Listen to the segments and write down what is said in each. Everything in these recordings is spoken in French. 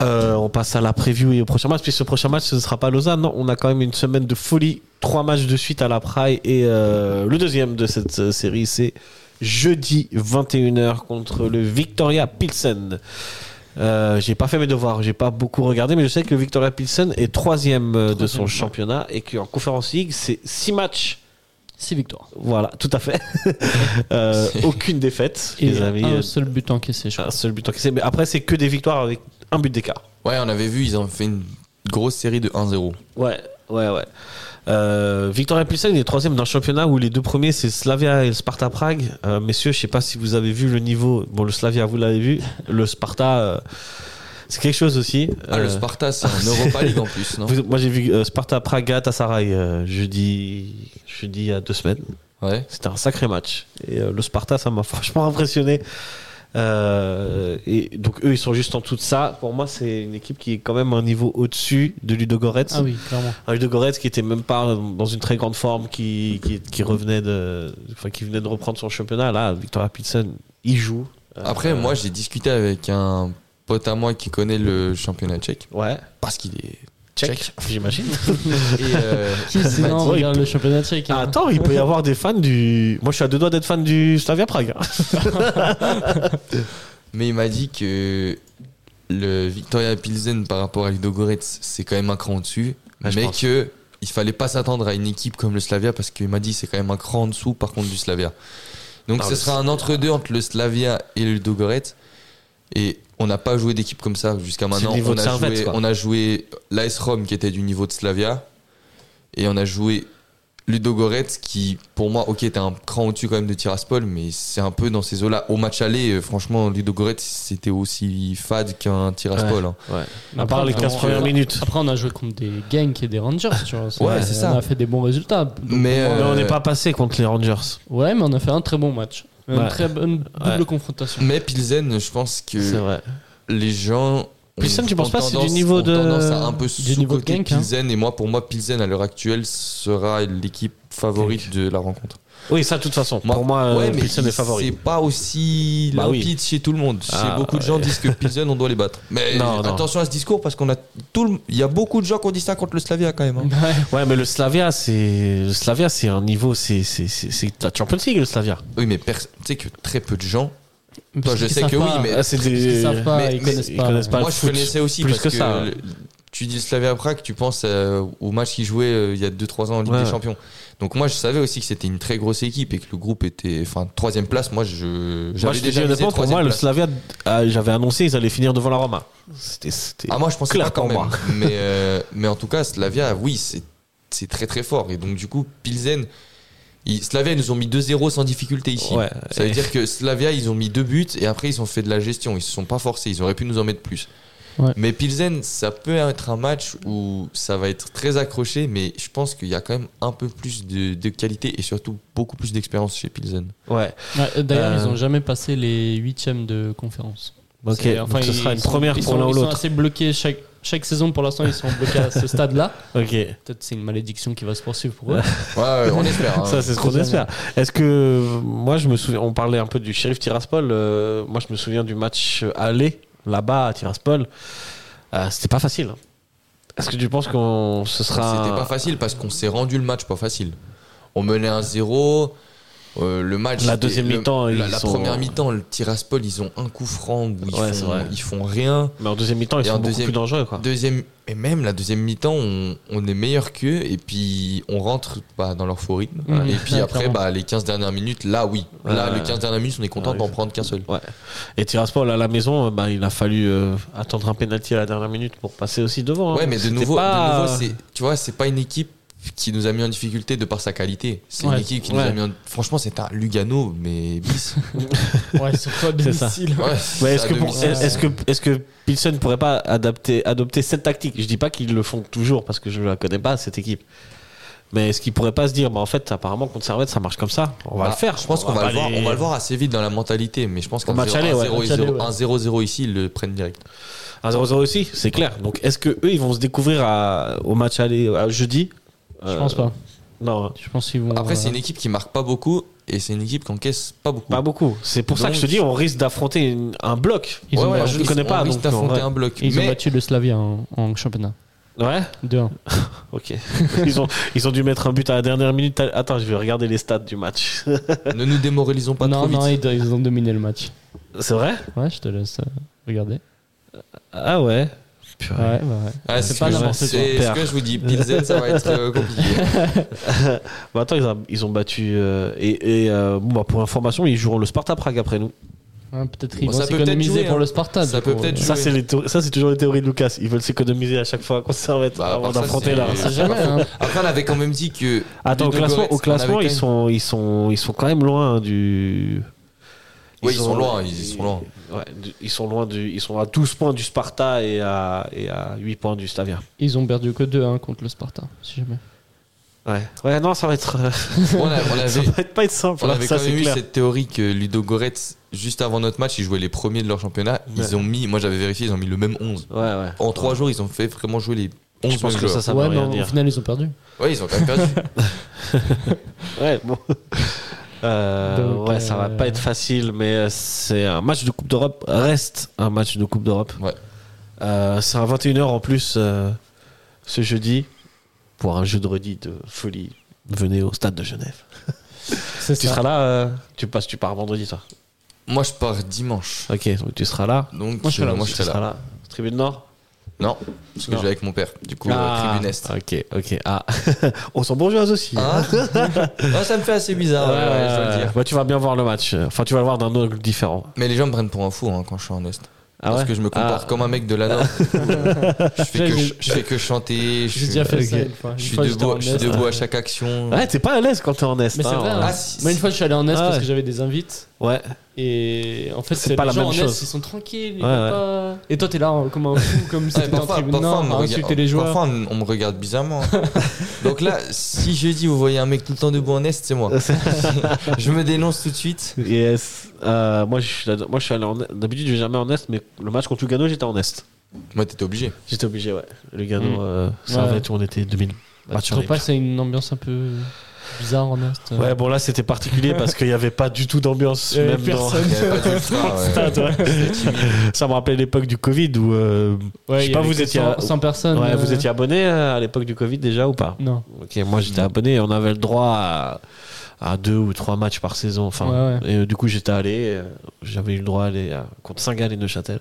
Euh, on passe à la preview et au prochain match, puisque ce prochain match, ce ne sera pas Lausanne. Non, on a quand même une semaine de folie. Trois matchs de suite à la Praille. Et euh, le deuxième de cette euh, série, c'est jeudi 21h contre le Victoria Pilsen. Euh, j'ai pas fait mes devoirs, j'ai pas beaucoup regardé, mais je sais que le Victoria Pilsen est troisième euh, de son championnat et qu'en Conférence League, c'est six matchs. 6 victoires. Voilà, tout à fait. Euh, aucune défaite, Et les amis. un seul but encaissé, je crois. Un seul but encaissé. Mais après, c'est que des victoires avec un but d'écart. Ouais, on avait vu, ils ont fait une grosse série de 1-0. Ouais, ouais, ouais. Euh, Victoria Pilsen est troisième d'un championnat où les deux premiers c'est Slavia et le Sparta Prague. Euh, messieurs, je sais pas si vous avez vu le niveau. Bon, le Slavia, vous l'avez vu. Le Sparta, euh, c'est quelque chose aussi. Ah, le Euh, Sparta, c'est en Europa League en plus, non vous- moi j'ai vu euh, Sparta Prague Galatasaray euh, jeudi, jeudi il y a deux semaines. Ouais. C'était un sacré match. Et euh, le Sparta, ça m'a franchement impressionné. Euh, et donc eux, ils sont juste en tout de ça. Pour moi, c'est une équipe qui est quand même un niveau au-dessus de Ludogorets. Ah oui, clairement. Un Ludogorets qui était même pas dans une très grande forme, qui, qui, qui revenait de, enfin, qui venait de reprendre son championnat. Là, Victoria Pilsen, il joue. Euh, Après, moi, j'ai discuté avec un pote à moi qui connaît le championnat tchèque, ouais, parce qu'il est check, tchèque. j'imagine. Et, euh, Qui sinon Ouais, il regarde peut- le championnat tchèque Ah, hein. attends, il peut y avoir des fans du. Moi, je suis à deux doigts d'être fan du Slavia Prague. hein. mais il m'a dit que le Victoria Pilsen par rapport à Ludogorets, c'est quand même un cran au-dessus, Ouais, je mais pense. que il fallait pas s'attendre à une équipe comme le Slavia, parce qu'il m'a dit c'est quand même un cran en dessous par contre du Slavia. Donc, Non, ce le sera un entre-deux entre le Slavia et le Ludogorets. Et on n'a pas joué d'équipe comme ça jusqu'à maintenant. niveau On de a, Servette, joué, quoi. on a joué l'AS Rome qui était du niveau de Slavia. Et on a joué Ludogorets qui, pour moi, ok, était un cran au-dessus quand même de Tiraspol, mais c'est un peu dans ces eaux-là. Au match aller, euh, franchement, Ludogorets, c'était aussi fade qu'un Tiraspol. hein. À part les 15 premières minutes. Après, on a joué contre des gangs et des Rangers. Tu vois, Ouais, c'est ça. On a fait des bons résultats. Donc, Mais, Mais on euh, n'est pas passé contre les Rangers. Ouais, mais on a fait un très bon match. Une Ouais. très bonne double Ouais. confrontation. euh, mais Pilsen, je pense que C'est vrai. les gens. Pilsen, tu penses ont pas c'est du tendance- niveau ont de- tendance à un peu du niveau de sous-coter Genk, hein. Pilsen, et moi, pour moi, Pilsen, à l'heure actuelle, sera l'équipe favorite de la rencontre. Oui, ça, de toute façon. Pour moi, Ouais, euh, mais Pilsen est il- favori. C'est pas aussi Bah oui. limpide chez tout le monde. Chez Ah, beaucoup de gens disent que Pilsen, on doit les battre. Mais Non, non. attention à ce discours parce qu'on a tout le- Il y a beaucoup de gens qui ont dit ça contre le Slavia quand même. hein. Ouais. Ouais, Bah, mais le Slavia, c'est le Slavia, c'est un niveau, c'est c'est c'est- c'est la Champions League, le Slavia. Oui, mais pers- tu sais que très peu de gens. Parce je qu'ils sais que savent oui, pas- mais- Ah, c'est Parce qu'ils des. savent pas, mais- ils mais connaissent ils pas. connaissent pas. Moi, le je foot, connaissais aussi plus parce que que, ça. le- tu dis le Slavia Prague, tu penses euh, au match qu'ils jouaient euh, il y a 2-3 ans en Ligue Ouais, des ouais. Champions. Donc moi, je savais aussi que c'était une très grosse équipe et que le groupe était, enfin, troisième place. Moi, je Moi, j'avais je te déjà dis misé honnêtement, pour troisième moi, le place. Slavia, ah, j'avais annoncé, ils allaient finir devant la Roma. C'était. c'était- Ah moi je pensais Clair pas quand pour même. moi. mais euh, mais en tout cas Slavia oui c'est c'est très très fort et donc du coup Pilsen ils- Slavia ils nous ont mis 2-0 sans difficulté ici. Ouais. Ça veut Et- dire que Slavia ils ont mis deux buts et après ils ont fait de la gestion, ils se sont pas forcés, ils auraient pu nous en mettre plus. Ouais. Mais Pilsen ça peut être un match où ça va être très accroché mais je pense qu'il y a quand même un peu plus de, de qualité et surtout beaucoup plus d'expérience chez Pilsen. Ouais. Ouais, D'ailleurs, Euh, ils n'ont jamais passé les huitièmes de conférence. Ok. C'est- donc ce ils sera une sont- première ils pour sont- l'un ou Ils sont l'autre. assez bloqués chaque, chaque saison. Pour l'instant, ils sont bloqués à ce stade-là. Ok. Peut-être c'est une malédiction qui va se poursuivre pour eux. Ouais, ouais, on espère. hein. Ça, c'est ce qu'on Très espère. Est-ce que euh, moi, je me souviens, on parlait un peu du shérif Tiraspol. euh, moi, je me souviens du match euh, aller là-bas à Tiraspol. Euh, C'était pas facile. hein. Est-ce que tu penses qu'on ce sera C'était pas facile parce qu'on s'est rendu le match pas facile. On menait 1-0. euh, le match. La c'était- deuxième le- mi-temps, La, ils la sont- première mi-temps, le Tiraspol, ils ont un coup franc où ils, Ouais, c'est font, vrai. ils font rien. Mais en deuxième mi-temps, ils Et en sont beaucoup deuxième- plus dangereux. Quoi. Deuxième, et même la deuxième mi-temps, on, on est meilleur qu'eux et puis on rentre bah, dans leur faux rythme. Mhm. Et puis Ouais, après, clairement. bah, les 15 dernières minutes, là oui. Ouais, là, ouais, les 15 dernières minutes, on est content Ouais, d'en je- prendre qu'un seul. Ouais. Et Tiraspol à la maison, euh, bah, il a fallu euh, attendre un penalty à la dernière minute pour passer aussi devant. hein. Ouais, mais de C'était nouveau, pas- de nouveau, c'est, tu vois, c'est pas une équipe qui nous a mis en difficulté de par sa qualité. C'est Ouais. une équipe qui nous Ouais. a mis en. Franchement, c'est un Lugano, mais bis. Ouais, surtout à domicile. Ouais, Mais c'est est-ce à que, pour- domicile. est-ce que, est-ce que Pilsen pourrait pas adapter, adopter cette tactique Je dis pas qu'ils le font toujours parce que je la connais pas cette équipe. Mais est-ce qu'ils pourraient pas se dire, bah en fait, apparemment contre Servette, ça marche comme ça. On va Bah, le faire. Je pense qu'on va, pas le voir. les- On va le voir assez vite dans la mentalité, mais je pense qu'un Au match aller, ouais, 0-0 match aller, ouais. un 0-0 ici, ils le prennent direct. Un 0-0 aussi, c'est clair. Donc est-ce que eux, ils vont se découvrir à- au match aller à jeudi Je pense pas. Non. hein. Je pense qu'ils vont. Euh, Après, c'est euh, une équipe qui marque pas beaucoup et c'est une équipe qui encaisse pas beaucoup. Pas beaucoup. C'est pour ça que je te dis, on risque d'affronter une- un bloc. Ils Ouais, ont ouais, moi, on je ne risque- connais pas, On donc, risque non, d'affronter ouais. un bloc. Ils ont mais- battu le Slavia en, en championnat. Ouais, 2-1. ok. Ils ont, ils ont dû mettre un but à la dernière minute. Attends, je vais regarder les stats du match. Ne nous démoralisons pas Non, trop non, vite. ils, ils ont dominé le match. C'est vrai Ouais, je te laisse euh, regarder. Ah ouais. Purée. Ouais, bah ouais. Ah, c'est ce pas que je- n'importe quoi. C'est ce que je vous dis. Pilsen, ça va être euh, compliqué. Bah attends, ils, ont- ils ont battu. euh, et et, euh, bon, bah, pour information, ils joueront le Sparta Prague après nous. Hein, peut-être Bon, qu'ils vont ça peut peut-être s'économiser jouer, pour hein. le Sparta. Ça du peut coup, peut-être euh, Ça, Ouais. c'est les théo- ça, c'est toujours les théories de Lucas. Ils veulent s'économiser à chaque fois qu'on s'arrête Bah, à avant part ça, d'affronter c'est- là. On sait jamais. hein. Après, on avait quand même dit que. Attends, au Ludogorets, classement, on au avait classement quand ils, même- sont, ils, sont, ils sont quand même loin hein, du. Ouais, ils sont loin, ils- ils sont loin. Ouais, du- ils sont loin du, ils sont à 12 points du Sparta et à, et à 8 points du Slavia. Ils ont perdu que 2-1 contre le Sparta, si jamais. Ouais. Ouais, non, ça va être, On a- on ça avait, va être pas être simple. on avait ça, quand c'est même eu clair. cette théorie que Ludo Goretz, juste avant notre match, ils jouaient les premiers de leur championnat. Ouais. Ils ont mis, moi j'avais vérifié, ils ont mis le même 11. Ouais, ouais. En 3 jours, ils ont fait vraiment jouer les 11 Je pense mêmes que ça, joueurs. ça ouais, veut rien non, au dire. final, ils ont perdu. Ouais, ils ont quand même perdu. Ouais, bon. Euh, Donc, ouais, euh, ça va pas être facile, mais euh, c'est un match de Coupe d'Europe. Reste un match de Coupe d'Europe. Ouais. Euh, c'est à 21h en plus euh, ce jeudi pour un jeu de redis de folie. Venez au stade de Genève. C'est Tu ça. seras là euh, Tu passes, tu pars vendredi, toi. moi je pars dimanche. Ok, donc tu seras là. Donc Moi, je serai là euh, moi aussi, je serai Tu là. seras là. Tribune Nord Non, parce que Non. je vais avec mon père. Du coup, euh, Ah, tribune Est. Ok, ok. Ah. On sent bourgeoise aussi. Hein Ah, ça me fait assez bizarre, ouais, ouais, je dois le dire. Bah, tu vas bien voir le match. Enfin, tu vas le voir d'un angle différent. Mais les gens me prennent pour un fou hein, quand je suis en Est. Ah parce ouais que je me compare Ah. comme un mec de la Nord. je, fais que, J'ai- je fais que chanter. Je J'ai suis, déjà fait Ok. ça une fois. je Une suis fois, j'étais debout, en je suis Est. debout à chaque action. Ouais, t'es pas à l'aise quand t'es en Est. Mais c'est hein, vrai. on- hein. Ah, si, Moi, une fois, je suis allé en Est Ah parce ouais. que j'avais des invites. Ouais. Et en fait, C'est c'est pas les la gens même en Est, chose. Ils sont tranquilles. ils Ouais, vont ouais. pas- Et toi, t'es là hein, comme un fou, comme si Ouais, t'étais en parfois, tribune parfois, on nord me à regarde- insulter les joueurs. parfois, on, on me regarde bizarrement. Donc là, si jeudi vous voyez un mec tout le temps debout en Est, c'est moi. je me dénonce tout de suite. Yes. Euh, moi, je suis, là- moi, je suis allé en D'habitude, je vais jamais en Est, mais le match contre Lugano, j'étais en Est. Moi, t'étais obligé. J'étais obligé, ouais. Lugano, Mm. euh, ça Ouais. avait tout, on était 2000. Bah, Tu trouves pas que c'est une ambiance un peu bizarre en Est Ouais, bon, là, c'était particulier parce qu'il n'y avait pas du tout d'ambiance. Il y avait Même dans... Euh, personne. Il y avait pas d'ultra, ouais. Stade, ouais. Ça me rappelait l'époque du Covid où. euh, je Ouais, il sais y pas, avait vous que étiez 100 à- 100 personnes. Ouais, vous euh, étiez abonné euh, à l'époque du Covid déjà ou pas Non. Ok, moi j'étais abonné et on avait le droit à, à deux ou trois matchs par saison. Enfin, Ouais, Et euh, du coup, j'étais allé, euh, j'avais eu le droit à aller euh, contre Saint-Gall et Neuchâtel.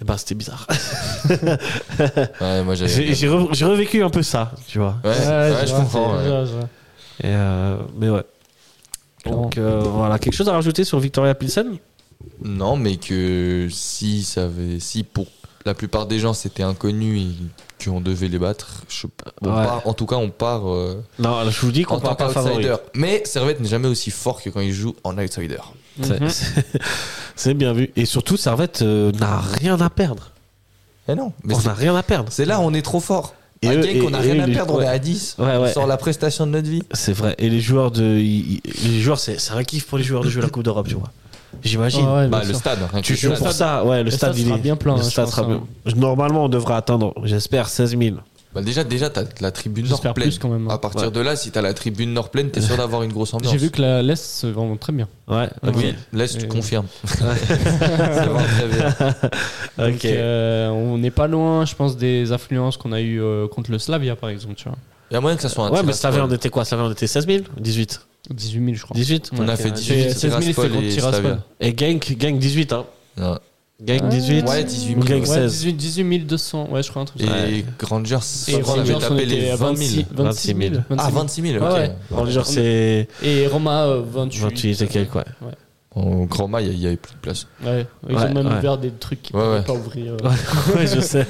Et ben, c'était bizarre. Ouais, moi, j'avais. J'ai Ouais, j'ai re- j'ai revécu un peu ça, tu vois. ouais, je comprends. ouais. Et, euh, mais ouais. Donc euh, voilà, quelque chose à rajouter sur Victoria Pilsen Non, mais que si, ça avait, si pour la plupart des gens c'était inconnu et qu'on devait les battre, je- on Ouais. part- en tout cas on part euh, Non, je vous dis qu'on en tant part pas favori. qu'outsider. Mais Servette n'est jamais aussi fort que quand il joue en outsider. C'est- c'est- C'est bien vu. Et surtout, Servette euh, n'a rien à perdre. Eh non, mais on c'est- n'a rien à perdre. c'est là on est trop fort. Bah, Et à eux- Genk, et- on n'a et rien eux, à les- perdre, on ouais. est à 10. Ouais, ouais. On sort la prestation de notre vie. C'est vrai. Et les joueurs de, ils- ils- les joueurs, c'est c'est un kiff pour les joueurs de jouer la Coupe d'Europe, tu vois. J'imagine. Bah, le stade. rien que tu le joues stade. pour ça, ouais. Le, le stade, stade il sera est- bien plein, le hein, je stade pense, sera hein. bien- Normalement, on devrait atteindre, j'espère, 16 000. Bah, déjà, déjà t'as la tribune nord J'espère pleine. plus quand même. À hein. partir Ouais. de là, si t'as la tribune nord pleine, t'es sûr d'avoir une grosse ambiance. J'ai vu que la l'Est se vend très bien. Ouais, ok. Ouais. Laisse, tu Et- confirmes. Ça va très bien. Ok. Donc, euh, on n'est pas loin, je pense, des affluences qu'on a eues euh, contre le Slavia, par exemple. Tu vois. Il y a moyen que ça soit un Ouais, mais tirage Slavia, folle. on était quoi Slavia, on était 16 000 18 18 000, je crois. 18 On a Ok, fait ouais. 18 16 000, c'était Tiraspol contre et Tiraspol. Slavia. Et Gank, Gank 18, hein. Non. Gank Ah. 18. Ouais, 18 Ou 000. Gank Ouais, 16. 18, 18 200, ouais, je crois, un truc. Et comme ça. Rangers, Et on avait Rangers, on tapé était les à 20 26 000. 26 000. 26 000. Ah, 26 000, ok. Ouais, ouais. Alors, genre, c'est Et Roma, euh, 28. 28 et quelques, ouais. En grand mail, il n'y avait plus de place. Ouais, ils Ouais, ont même ouais. ouvert des trucs qu'ils Ouais, pouvaient ouais. pas ouvrir. euh. ouais, je sais.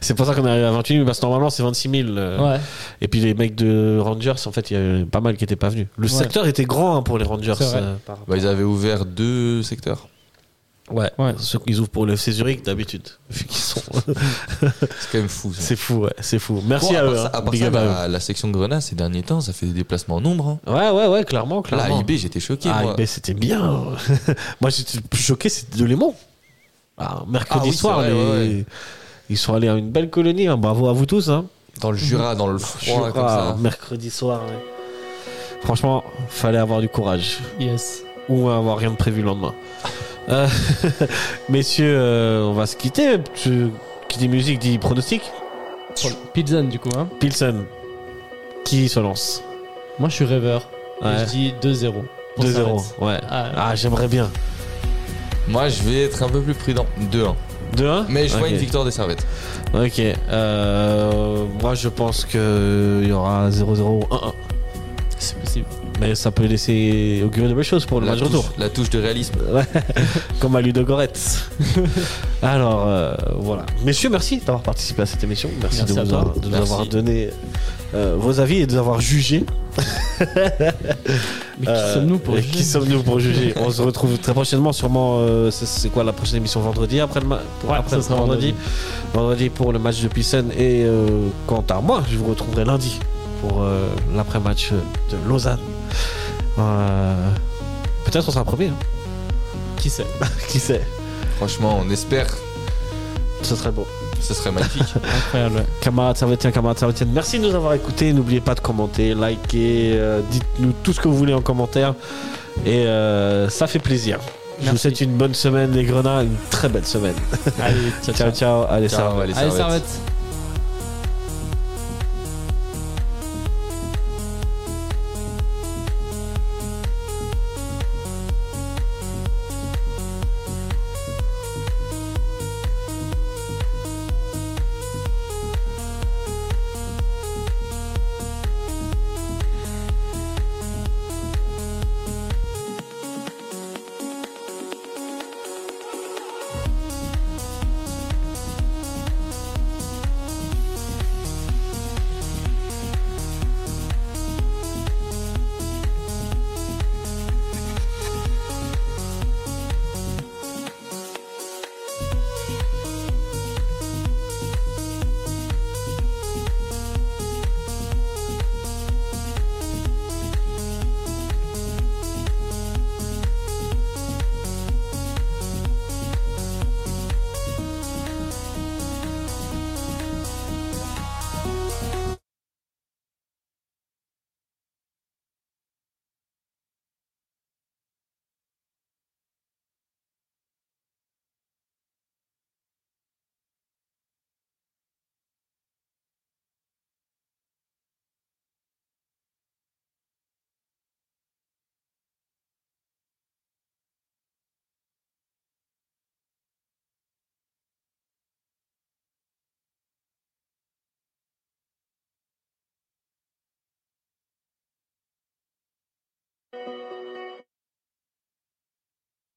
c'est pour ça qu'on est arrivé à 28 000, parce que normalement, c'est 26 000. euh, Ouais. Et puis les mecs de Rangers, en fait, il y avait pas mal qui n'étaient pas venus. Le Ouais. secteur était grand hein, pour les Rangers. C'est vrai. euh, par- Bah, ils avaient ouvert deux secteurs. Ouais. Ouais. Ceux qu'ils ouvrent pour le FC Zurich d'habitude. Vu qu'ils sont. C'est quand même fou. Ça. c'est fou, ouais, c'est fou. Merci Bon, à à part eux. ça- hein. à part Big ça, bah, up à la, la section de Grenat, ces derniers temps, ça fait des déplacements en nombre. hein. eux. Ouais, ouais, ouais, clairement, Là, clairement. à IB, j'étais choqué. Ah, moi. IB, c'était bien. moi, j'étais le plus choqué, c'était de Léman. Ah, mercredi Ah oui, soir, c'est vrai, les- ouais, ouais. ils sont allés à une belle colonie. hein. Bravo à vous tous. Hein. Dans le Jura, dans le froid, Jura, comme ça. mercredi soir. ouais. Franchement, fallait avoir du courage Yes. ou avoir rien de prévu le lendemain. Euh, messieurs, euh, on va se quitter. Tu- Qui dit musique dit pronostic. Pizzan, du coup. Hein. Pilsen, qui se lance Moi, je suis rêveur. Et Ouais. je dis 2-0. pour 2-0. Sarrets. Ouais. Ah, Ah, j'aimerais bien. Moi, je vais être un peu plus prudent. 2-1. 2-1 Mais je vois Ok. une victoire des servettes. Ok. Euh, moi, je pense qu'il y aura 0-0 ou 1-1. c'est possible. Mais ça peut laisser augurer de belles choses pour le La match retour. touche, la touche de réalisme. Comme à Ludo Goretz. Alors, euh, voilà. Messieurs, merci d'avoir participé à cette émission. Merci, Merci de, à vous toi. avoir- de nous Merci. avoir donné euh, vos avis et de nous avoir jugés. Mais qui Euh, sommes-nous pour et juger Qui sommes-nous pour juger On se retrouve très prochainement, sûrement. euh, c'est- c'est quoi la prochaine émission vendredi après le ma- pour- Ouais, après ça sera vendredi. vendredi. Vendredi pour le match de Pissen et euh, quant à moi, je vous retrouverai lundi pour euh, l'après-match de Lausanne. Euh, Peut-être on sera premier. hein. Qui sait qui sait Franchement, on espère. Ce serait beau. Ce serait magnifique. Incroyable. ouais. Camarades Savetien, camarades Savetien, merci de nous avoir écoutés. N'oubliez pas de commenter, liker, euh, dites-nous tout ce que vous voulez en commentaire. Et euh, ça fait plaisir. Je vous Merci. souhaite une bonne semaine, les grenats, une très belle semaine. Allez, Ciao, ciao, ciao. ciao, allez, ça Ciao, hein, Ah, les Allez, servettes. servette.